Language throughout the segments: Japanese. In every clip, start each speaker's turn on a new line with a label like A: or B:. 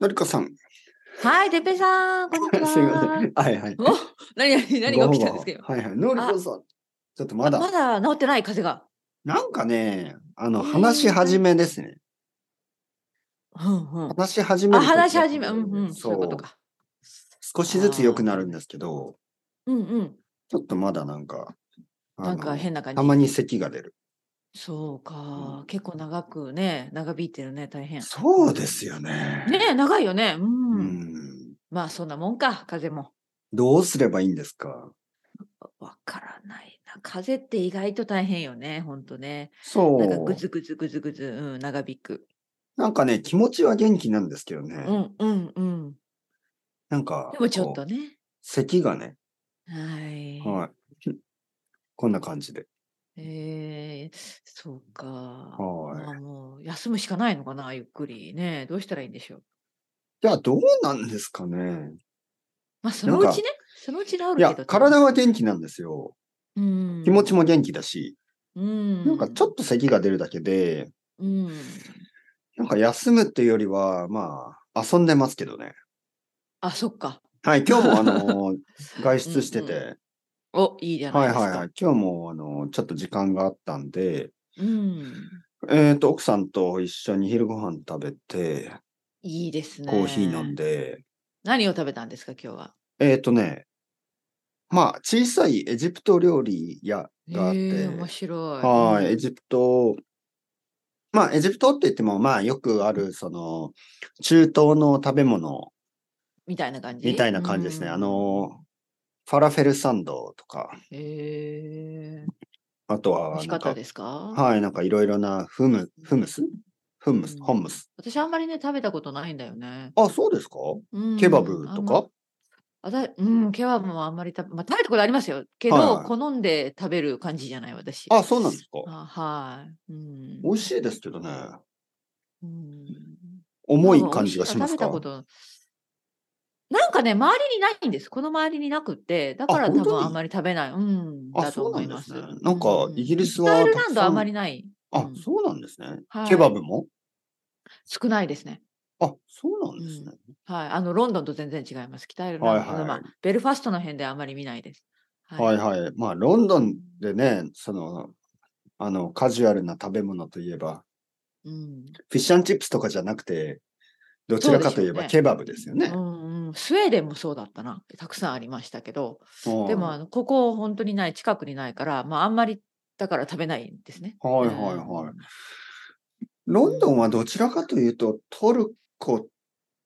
A: のりこさん。
B: はい、てっぺいさん、こんにちは。
A: すいません。はいはい。
B: お、何何何が起きたんです
A: どうも
B: か
A: はいはい。のりこさん。ちょっとまだ、
B: まだ治ってない風が。
A: なんかね、あの、
B: へー
A: 話し始めですね。
B: うんうん。
A: 話し始め
B: あ、
A: ると
B: 話し始め、うんうん、そ
A: そ
B: ういうこと
A: う。
B: か。
A: 少しずつ良くなるんですけど、
B: うんうん。
A: ちょっとまだなんか、あ
B: な
A: の
B: んか変な感じ。
A: たまに咳が出る。
B: そうか
A: う、
B: 結構長くね、長引いてるね、大変。
A: そうですよね。
B: ねえ、長いよね。う。
A: うんん。
B: まあ、そんなもんか、風邪も。
A: どうすればいいんですか
B: わからないな。風邪って意外と大変よね、ほんとね。
A: そ
B: なんかぐ
A: う。
B: ずぐずぐずぐず、うん、長引く。
A: なんかね、気持ちは元気なんですけどね。
B: うんうんうん。
A: なんか、
B: でもちょっ
A: ことう。
B: ね。
A: 咳がね。
B: はい。
A: はい。こんな感じで。
B: ええそうか。ま
A: は
B: あもう休むしかないのかな、ゆっくりね。どうしたらいいんでしょう。
A: い。じゃあ、どうなんですかね。
B: まあ、そのう
A: なんか
B: ちね、そのうち治る
A: い
B: けど
A: や、
B: って。
A: 体は元気なんですよ。
B: うん、
A: 気持ちも元気だし、
B: うん、
A: なんかちょっと咳が出るだけで、
B: うん、
A: なんか休むっていうよりは、まあ、遊んでますけどね。
B: あ、そっか。
A: はい、今日もあの ー、外出してて、
B: うんお、いいじゃな
A: はいい
B: ですか。
A: はいはい、今日もあのー、ちょっと時間があったんで、
B: うん。
A: えっ、と、奥さんと一緒に昼ご飯食べて、
B: いいですね。
A: コーヒー飲ん。で、
B: 何を食べたんですか、今日は。
A: えっ、とね、まあ、小さいエジプト料理屋があっ
B: へ
A: て
B: え、面白い。
A: は
B: う
A: い、
B: ん
A: エジプト、まあ、エジプトって言っても、まあ、よくある、その、中東の食べ物
B: みたいな感じ。
A: みたいな感じですね。
B: うん
A: あ、の、ファラフェルサンドとか、
B: へえ。
A: あと
B: 美
A: は
B: 味し
A: な
B: か
A: ん
B: っ
A: か、
B: たですか。
A: はい、なんかいろいろなフム、フムスフムス、
B: うん
A: ホムス。
B: 私あんまりね、食べたことないんだよね。
A: あ、そうですか
B: うん
A: ケバブ
B: あ
A: と
B: ん
A: か
B: まあだうん、ケバブもあんまり食べ,、まあ、食べたことありますよ。けど、
A: はいはい
B: 好んで食べる感じじゃない、私。
A: あ、そうなんですか
B: あはい。うん
A: 美味しいですけどね。
B: うん
A: 重い
B: なんか
A: 感じがしますか
B: 美味いの食べたことなんかね、周りにないんです。この周りになくって、だから
A: あ
B: 多
A: 本当
B: 分
A: に
B: あんまり食べない。うん、
A: あ
B: だと思います。
A: そうなんですねなんか
B: う
A: イギリス
B: イス
A: は
B: タイル
A: たく
B: ラ
A: さん
B: ンドはあまりない。
A: あ
B: う、ん
A: そうなんですね。
B: はい
A: ケバブも
B: 少ないですね。
A: あ、そうなんですね。
B: はい。あの、ロンドンと全然違います。北アイルランド
A: はいはい
B: まあ、ベルファストの辺であんまり見ないです。は
A: はいはい。まあ、ロンドンでね、その、あの、カジュアルな食べ物といえば、
B: うん
A: フィッシュチップスとかじゃなくて、どちらかといえば
B: そうでしょうね
A: ケバブですよね。
B: うんうん、スウェーデンもそうだったなたくさんありましたけど
A: はい
B: でもあのここ本当にない近くにないから、まあ、あんまりだから食べないんですね。
A: はいはいはい。ロンドンはどちらかというと、トルコ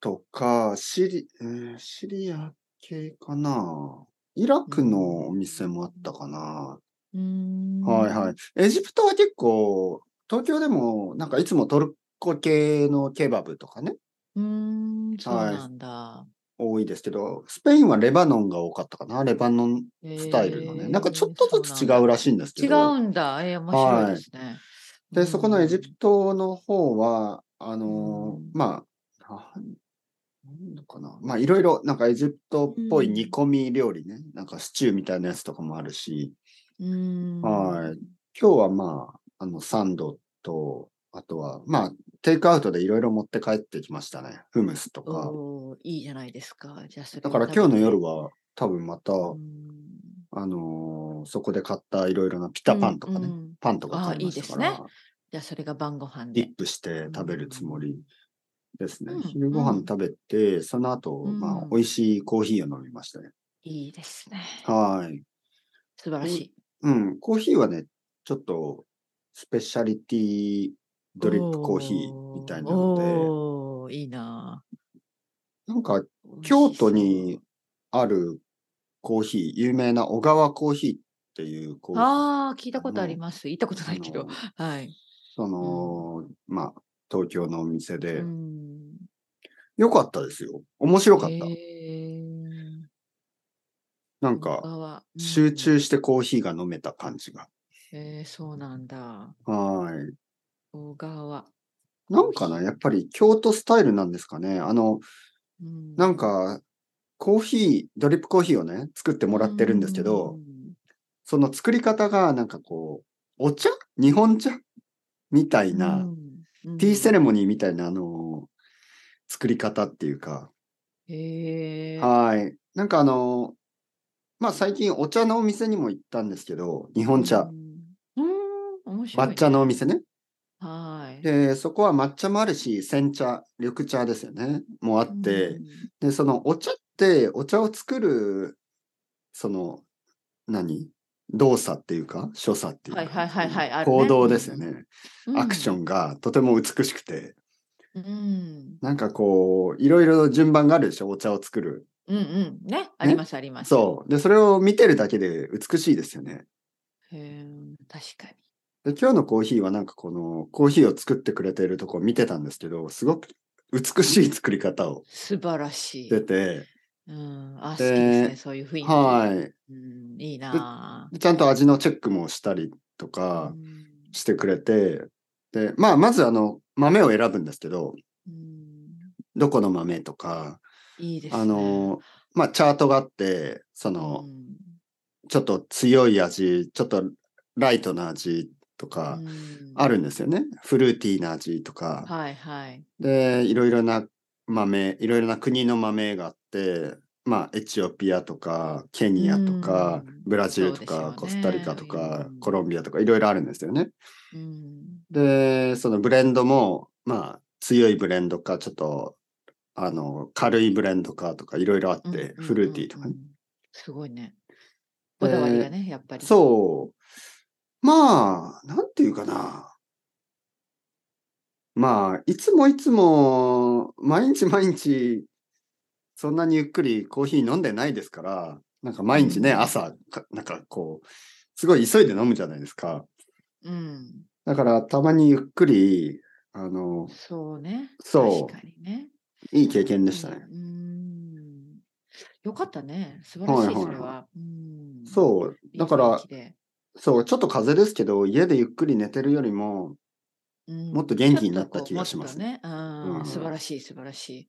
A: とか、シリ、えーシリア系かな。イラクのお店もあったかな。
B: い。うん
A: はいはい。。エジプトは結構、東京でも、なんかいつもトルコ系のケバブとかね、
B: うんそう
A: はい
B: なんだ。
A: 多いですけど、スペインはレバノンが多かったかな、レバノンスタイルのね。
B: へえ
A: なんかちょっとずつ違うらしいんです
B: 違
A: けど。
B: うんだ。えー、面白いですね。
A: で、そこのエジプ
B: ト
A: トの方は、あのー
B: うん
A: まあ、なんなんだかな。まあ、いろいろ、なんかエジプトっぽい煮込み料理ね。なんかシチューみたいなやつとかもあるし、
B: うん
A: はい。今日はまあ、あの、サンドと、あとは、まあ、テイクアウトでいろいろ持って帰ってきましたね。フムスとか。
B: おーいいじゃないですか。じゃあそれ
A: だ
B: を
A: から
B: 食べ
A: 今日の
B: て
A: 夜は、多分また、
B: うん
A: あのーそこで買ったいろいろなピタパンとかね、
B: うんうん
A: パンとか買いましたから、
B: あいいですじゃあそれが晩ご飯
A: ディ
B: で
A: ッ。プして食べるつもりですね。
B: うん
A: 昼ご飯食べて、その後、
B: うん
A: まあ、美味しいコーヒーを飲みましたね。
B: いいですね。
A: はい。
B: 素晴らしい。
A: うん、コーヒーはね、ちょっと、スペシャリティドリップコーヒーみたいなの
B: おーいいな
A: で、なんか、
B: ぁ。美味しそ
A: 京
B: う
A: 都にあるコーヒー、有名な小川コーヒーっていうコーヒー。
B: ああ、聞いたことあります。行ったことないけ
A: あ
B: ど
A: の。
B: はい。
A: その、まあ、東京のお店で、
B: うん
A: よかったですよ。面白かった。
B: へー
A: なん
B: 他
A: か、
B: はうん
A: 集中してコーヒーが飲めた感じが。
B: へーそうなんだ。
A: はーい。
B: 小川。
A: なんかな、やっぱり京都スタイルなんですかね。あの、
B: うん
A: なんか、コーヒー、ドリップコーヒーをね、作ってもらってるんですけど、、その作り方がなんかこう、お茶日本茶みたいな、ティーセレ
B: モ
A: モニーみたいな、あの、作り方っていうか、
B: へえ。
A: はい。なんかあの、まあ最近お茶のお店にも行ったんですけど、日本
B: う
A: 茶、
B: ん。うん、面白い、
A: 抹茶のお。店ね。
B: はい。
A: で、そこは抹茶もあるし、煎茶、緑茶ですよね。もあって、
B: うん、
A: で、そのお茶って、お茶を作る、その、何動作っていうか、所作っていうか、
B: はいはいはいはいあるね
A: 行動ですよね。
B: うん
A: アクショ。ンがとても美しくて、
B: うん。
A: なんかこう、いろいろ順番があるでしょ、お茶を作る。
B: うんうん。ね。ありますあります。
A: そう。で、それを見てるだけで美しいですよね。
B: へえ。確かに。
A: で、今日のコーヒーはなんかこの、コーヒーを作ってくれているとこを見てたんですけど、すごく美しい作り方を
B: 素晴らし
A: し
B: い。
A: てて、
B: うん。あ、好き
A: で
B: ですね。そういう雰囲気。
A: はい。
B: い。うん、いいな
A: ちゃんと味のチェックもしたりとか
B: ぁ。う、ん
A: してくれて、で、まあ、まずあの、豆を選ぶんですけど、
B: うん
A: どこの豆とか、
B: いいですね。
A: あの、まあ、チャートがあって、その
B: う、ん、
A: ちょっと強い味、ちょっとライトな味とか、
B: うん
A: あるんですよね。フルーティーな味とか、
B: はいはい。
A: で、いろいろな豆、いろいろな国の豆があって、まあ、エチオピアとか、ケニアとか
B: うん、
A: ブラジルと
B: そう
A: か、
B: ですよね
A: コスタリカとか
B: うん、
A: コロンビアとか、いろいろあるんですよね。
B: うん。
A: で、そのブレンドも、まあ、強いブレンドか、ちょっと、あの、軽いブレンドかとか、いろいろあって、
B: うんうん
A: フルーティーとかね
B: うん。うんすごいね。こだわりがね、やっぱり。う。
A: そう。まあ、なんていうかな。まあ、いつもいつも、毎日毎日、そんなにゆっくりコーヒー飲んでないですから、なんか毎日ね、
B: うん
A: 朝、かなんかこう、すごい急いで飲むじゃないですか。
B: うん。
A: だから、たまにゆっくり、あの、
B: そうね。
A: そう
B: 確かにね。
A: いい経験でしたね。
B: うん。よかったね。素晴らしい、
A: はい
B: そ
A: はいはい
B: れは。うん
A: そう。だから、
B: いい雰囲気で
A: そう、ちょっと風邪ですけど、家でゆっくり寝てるよりも、
B: うん
A: もっと元気になった気がします
B: ちょっとこうもっとね、うん
A: うん
B: 素晴らしい、素晴らしい。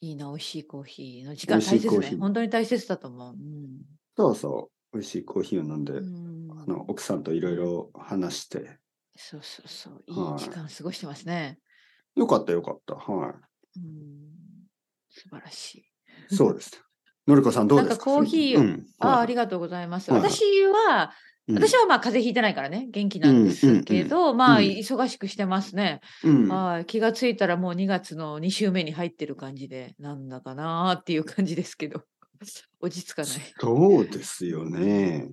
B: いいな、美味しいコーヒーの時
A: 美
B: 間
A: 味しい
B: 大切
A: コーヒ
B: ね
A: ー。
B: 本当に大切だと思う。うん
A: そうそう、美味しいコーヒーを飲んで、
B: うん
A: あの奥さんといろいろ話して、
B: そうそうそう。いい
A: はい
B: 時間過ごしてますね。
A: よかったよかった。は
B: うん素晴らしい。
A: い。そうです。のりこさんどうですか
B: なんかコーヒー
A: うん、
B: ああ、あ
A: り
B: りがとうございます。
A: はいはい
B: 私は、私はまあ風邪ひいてないからね、元気なんですけど、まあ
A: うん
B: 忙しくしてますね。
A: うん、うん
B: はい気がついたらもう2月の2週目に入ってる感じで、なんだかなーっていう感じですけど、 落ち着かない。
A: そうですよね。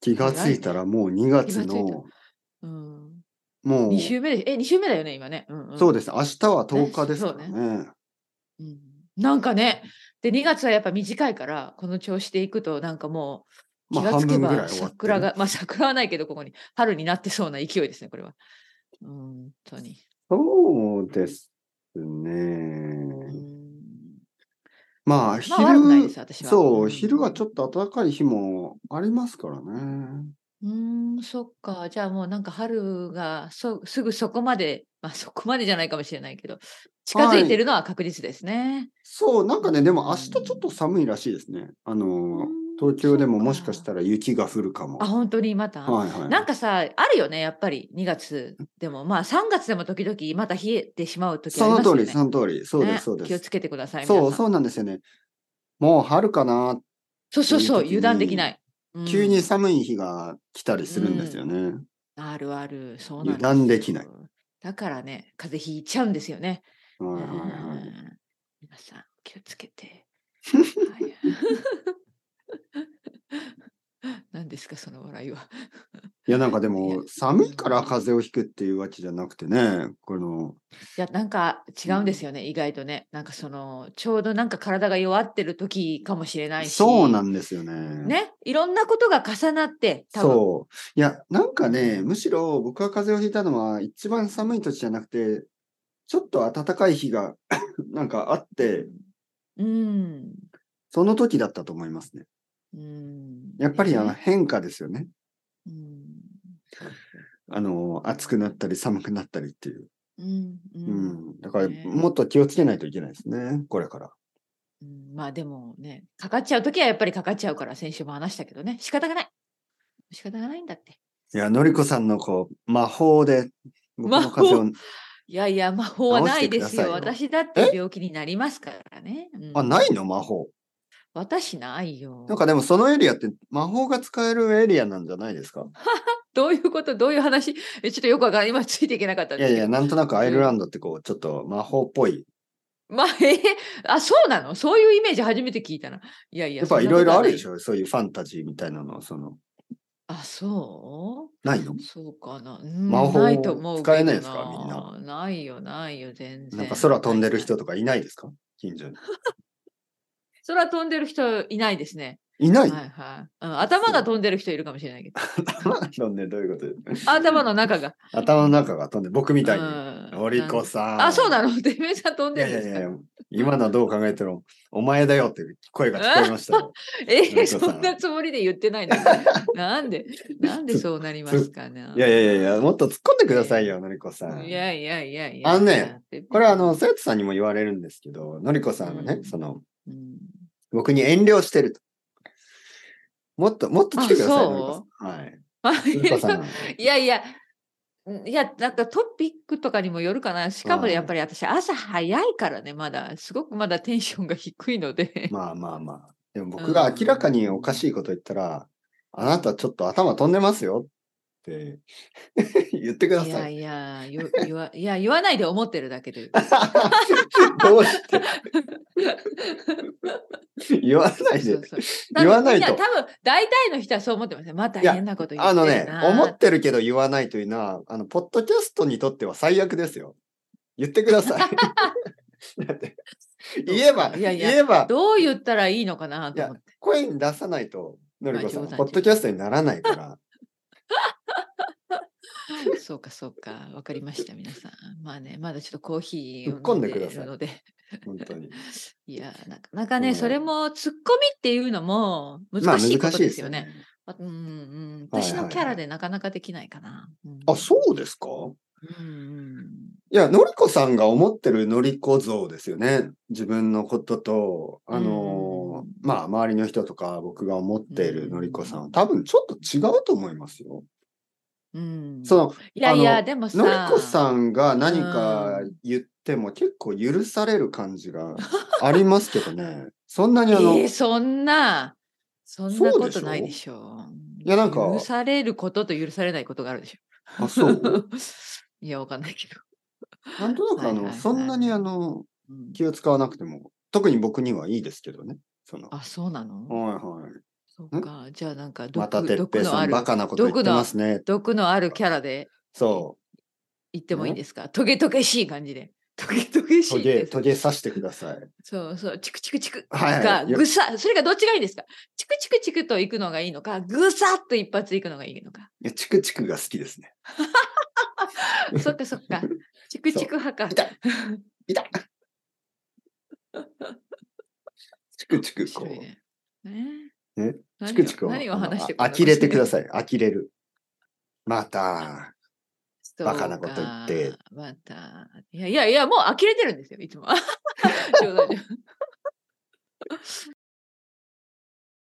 A: 気がついたらもう2月
B: 気がつい
A: の、
B: うんうん
A: もう
B: 二、週目で、え、二週目だよね、今ね。うんうん、
A: そうです。明日は10日ですから
B: ねそ
A: ね。
B: うんなんかね、で、2月はやっぱ短いから、この調子でいくと、なんかもう、
A: ま
B: 気
A: あ
B: がつけ
A: 半分ぐら
B: ば
A: い終わってる
B: 桜が、まあ桜はないけど、ここに春になってそうな勢いですね、これは。うん本当に。
A: そうです
B: う
A: ね。
B: ん
A: まあ、
B: まあ悪くないで
A: 昼、
B: す、私は。
A: そう、
B: ん
A: 昼はちょっと暖かい日もありますからね。
B: うーん、そっか。じゃあもうなんか春がそすぐそこまで、まあそこまでじゃないかもしれないけど、近づいてるのは確実ですね。
A: そう、なんかね、でも
B: うん
A: 明日ちょっと寒いらしいですね。あ
B: うー
A: の
B: ん、
A: 東京でももしか
B: そ
A: し
B: っか
A: たら雪が降るかも。
B: あ、本当にまた、
A: はいはい。
B: なんかさ、あるよね、やっぱり2月でも、まあ3月でも時々また冷えてしまう時あ
A: そ
B: りま
A: の
B: すよ
A: 通
B: ね。
A: り、その通り。そうで
B: ね
A: す、そうで
B: 気を
A: す。
B: つけてください。
A: そう、
B: 皆さ
A: そ
B: ん
A: うなんですよね。もう春かな、
B: そうそうそ
A: そ
B: う
A: ういう時に
B: 油断できない。うん
A: 急に寒い日が来たりするんですよね。
B: あるある、そうなん
A: 油断できない
B: すよ。だからね、風邪ひいちゃうんですよね。
A: はいは
B: う
A: いはい。
B: ん皆さん気をつけて。はい 何ですかその笑いは。
A: いや、なんかで
B: いや
A: も、寒いから風邪をひくっていうわけじゃなくてね、この、
B: いやなんか違うんですよね、意外とねなんかそのちょうどなんか体が弱ってる時かもしれないし
A: そうなんですよね。
B: ねいろんなことが重なって多分
A: そう。いや、なんかね、むしろ僕が風邪をひいたのは、一番寒い時じゃなくて、ちょっと暖かい日が なんかあって、
B: うん
A: その時だったと思いますね。
B: うん
A: やっぱりあの
B: ね
A: 変化ですよね。
B: うん
A: あの、暑くなったり寒くなったりっていう。
B: うんう
A: うんん。だから、
B: ね
A: もっと気をつけないといけないですね。これから。
B: うんまあでもね、かかっちゃうときはやっぱりかかっちゃうから、先週も話したけどね、仕方がない。仕方がないんだって。
A: いや、のりこさんのこう、魔法で、僕の風邪を
B: いやいや、魔法はないです
A: 直してく
B: よ。
A: ださ
B: 私だって病気になりますからね。うん
A: あ、ないの魔法。
B: 私ないよ。
A: なんかでもそのエリアって魔法が使えるエリアなんじゃないですか
B: どういうことどういう話えちょっとよくわからない。今ついていけなかった
A: い
B: んで
A: や
B: す
A: い
B: けど。
A: や、なんとなくアイルランドってこう、ちょっと魔法っぽい。
B: まあ、えーあ、そうなのそういうイメージ初めて聞いたな。いやいや。
A: やっぱいろいろあるでし
B: ょ。
A: ょそういうファンタジーみたいなのは、その、
B: あ、そう
A: ないの
B: そうかな。うん
A: 魔法
B: ないと思うけど
A: 使えないですかみん
B: な。ないよ、ないよ、全然。
A: なんか空飛んでる人とかいないですか近所に。
B: 空飛んでる人いないですね。
A: いな
B: はいいはい。うん頭が飛んでる人いるかもしれないけど。
A: 頭が飛んでるどういうことですか
B: 頭の中が。
A: 頭の中が飛んでる、僕 みたいに。
B: うん
A: お利口さん。
B: あ、そうなの てめえさん飛ん
A: い
B: で
A: や
B: る
A: い
B: んで
A: や
B: す
A: い
B: か
A: や、今のはどう考えても、お前だよって声が聞こえましたよ。
B: え
A: お利口
B: ー
A: さん
B: そんなつもりで言っ てないのになんで、なんでそうなりますかね。
A: いやいやいや、もっと突っ込んでくださいよ、のりこさん。
B: いやいやいやいや。
A: あのね、これはあの、
B: うん、
A: 生徒さんにも言われるんですけど、のりこさんがね、
B: うん
A: その、僕に遠慮してると。もっと、もっと来てください、
B: あ
A: のりこさん。はい。のりこさ
B: あ
A: ん。
B: いやいや、んいや、なんかトピックとかにもよるかな。しかも
A: うん
B: やっぱり私、朝早いからね、まだ、すごくまだテンションが低いので。
A: まあまあまあ。でも僕が明らかにおかしいこと言ったら、あなたちょっと頭飛んでますよって 言ってくだ
B: い
A: さ
B: や
A: い。
B: いや、よ言わいや言わないで思ってるだけというか。
A: どうして 言わないで。
B: そうそう
A: 言わないと
B: 多分みん多分大体の人はそう思ってますね。また
A: いや
B: 変なこと言って
A: あ
B: る
A: の
B: な
A: ね、思ってるけど言わないというのは、あの、ポッドキャストにとっては最悪ですよ。言ってくださ い。だって言えば、
B: いやいや
A: 言えば、
B: どう言ったらいいのかなと思って。
A: 声に出さないと、のりこさん
B: ま
A: は
B: あ冗談で
A: ポッドキャストにならないから、
B: そうかそうか、わかりました、皆さん。まあね、まだちょっとコーヒ
A: ぶっこ
B: ー
A: ん
B: を
A: で
B: 飲ん
A: くだ
B: で
A: さい
B: るので。
A: 本当に。
B: いや、なかなかね、
A: うん
B: それもツッコミっていうのも難しいことですよね。。あうんうん、
A: はいはいはい
B: 私のキャラでなかなかできないかな。うん
A: あ、そうですか
B: うんうん
A: いや、のりこさんが思ってるのりこ像ですよね。自分のことと、あのーまあ、周りの人とか、僕が思っているのりこさんは、多分ちょっと違うと思いますよ。
B: うん
A: その、
B: いやい
A: あ
B: や、でもさ、
A: のりこさんが何か
B: う
A: 言っても結構許される感じがありますけどね。 そんなにあの、
B: えーそんな、そんな
A: そう
B: こ
A: でしょ
B: とないでしょう。
A: いやなんか
B: 許されることと許されないことがあるでしょ。
A: あ そう。
B: いや、わかんないけど。
A: なんとなくあの、
B: はいはいはい
A: そんなにあの、
B: うん
A: 気を使わなくても、特に僕にはいいですけどね。その、は
B: あ、そうなの、
A: いはい。
B: そうか。じゃあ、なんか毒、
A: またてっぺ
B: 毒
A: い
B: の
A: さ
B: あ
A: ん、
B: る
A: バカなこと言ってますね。
B: 毒のあるキャラで
A: そ
B: 言ってもいいですかトゲトゲしい感じで。 トゲトゲ
A: う。
B: し
A: と
B: いで
A: げ、
B: す。
A: とげさしてください。
B: そうそう、チクチクチク。
A: はいはい
B: か、
A: よ
B: ぐさ、それがどっちがいいですかチクチクチクと行くのがいいのか、ぐさっと一発行くのがいいのか。
A: いやチクチクが好きですね。
B: そっかそ っか。チクチク派か。
A: 痛い痛 いチクチク
B: 面
A: こ。
B: 白いうね。ね
A: ね
B: 何
A: チクチク
B: を
A: を。
B: 何を話して
A: あ呆れてくだ
B: さ
A: さい。呆れる。また。
B: い
A: バカなこと言って。
B: そうかまた。 いやいやいや、もう呆れてるんですよ、いつも。冗談冗談